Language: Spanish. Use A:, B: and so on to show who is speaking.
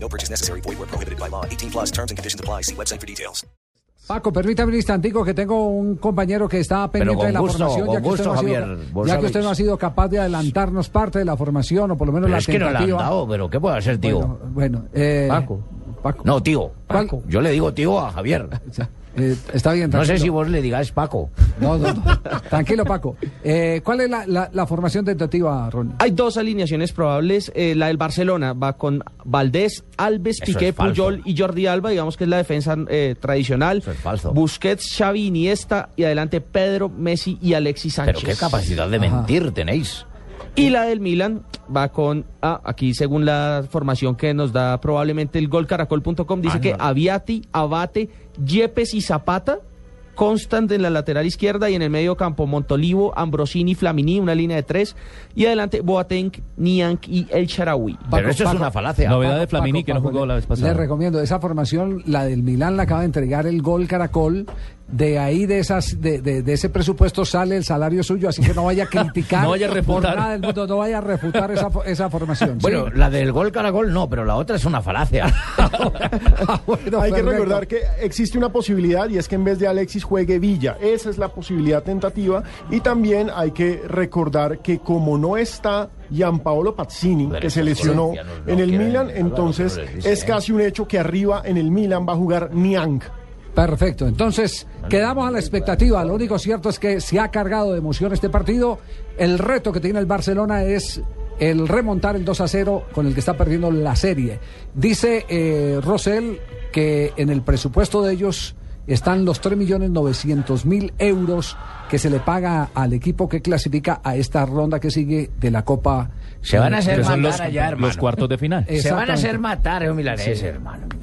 A: No purchase necessary. Void where prohibited by law. 18 plus terms and conditions apply. See website for details.
B: Paco, permítame un instantico que tengo un compañero que está pendiente
C: con
B: de la
C: gusto,
B: formación,
C: con
B: ya, que usted no
C: gusto,
B: ha sido-
C: Javier. Vos
B: ya que
C: sabéis.
B: usted no ha sido capaz de adelantarnos parte de la formación, o por lo menos
C: Pero
B: la
C: es que no la han
B: tentativa.
C: dado, pero ¿qué puedo hacer, tío?
B: bueno, bueno, eh,
C: Paco.
B: Paco.
C: No, tío,
B: ¿Cuál?
C: Paco. Yo le digo tío a Javier.
B: Eh, está bien,
C: No
B: tranquilo.
C: sé si vos le digáis Paco.
B: No, no, no. Tranquilo, Paco. Eh, ¿Cuál es la, la- la formación tentativa, Ronnie?
D: Hay dos alineaciones probables. eh, la del Barcelona va con Valdés, Alves,
C: Eso
D: Piqué,
C: es falso.
D: Puyol y Jordi Alba. Digamos que es la defensa eh, tradicional.
C: Eso es falso.
D: Busquets, Xavi, Iniesta y adelante Pedro, Messi y Alexis
C: Pero
D: Sánchez.
C: qué capacidad de mentir tenéis.
D: Y la del Milan va con, ah, aquí según la formación que nos da probablemente el golcaracol.com, dice
C: Ah,
D: que
C: no.
D: Aviati, Abate, Yepes y Zapata constan en la lateral izquierda y en el medio campo Montolivo, Ambrosini, Flamini, una línea de tres, y adelante Boateng, Niank y El Sharawi.
C: Pero eso es una falacia.
E: Novedad
B: Paco,
E: de Flamini
B: Paco,
E: que no
B: Paco,
E: jugó la vez pasada.
B: Le recomiendo esa formación, la del Milán la acaba de entregar el gol Caracol. De ahí, de, esas, de, de- de ese presupuesto sale el salario suyo, así que no vaya a criticar
E: No vaya a
B: por
E: refutar.
B: nada del mundo, no vaya a refutar esa, fo- esa formación.
C: Bueno,
B: sí.
C: la del gol caragol no, pero la otra es una falacia.
B: Ah, bueno,
F: Hay que
B: perfecto.
F: recordar que existe una posibilidad y es que en vez de Alexis juegue Villa. Esa es la posibilidad tentativa. Y también hay que recordar que como no está Gianpaolo Pazzini,
C: Pero
F: que se
C: estos
F: lesionó
C: colombianos no
F: en el
C: quieren nada
F: Milan,
C: de lo que
F: entonces
C: no les dicen,
F: es
C: ¿eh?
F: casi un hecho que arriba en el Milan va a jugar Niang.
B: Perfecto, entonces quedamos a la expectativa. Lo único cierto es que se ha cargado de emoción este partido. El reto que tiene el Barcelona es el remontar el 2 a 0 con el que está perdiendo la serie. Dice eh, Rosell que en el presupuesto de ellos están los 3.900.000 euros que se le paga al equipo que clasifica a esta ronda que sigue de la Copa.
C: Se van a hacer
E: Que son
C: matar
E: los,
C: allá, hermano.
E: los cuartos de final.
B: Eh,
C: Se van
B: Exactamente.
C: a hacer matar, eh, milaneses, hermano.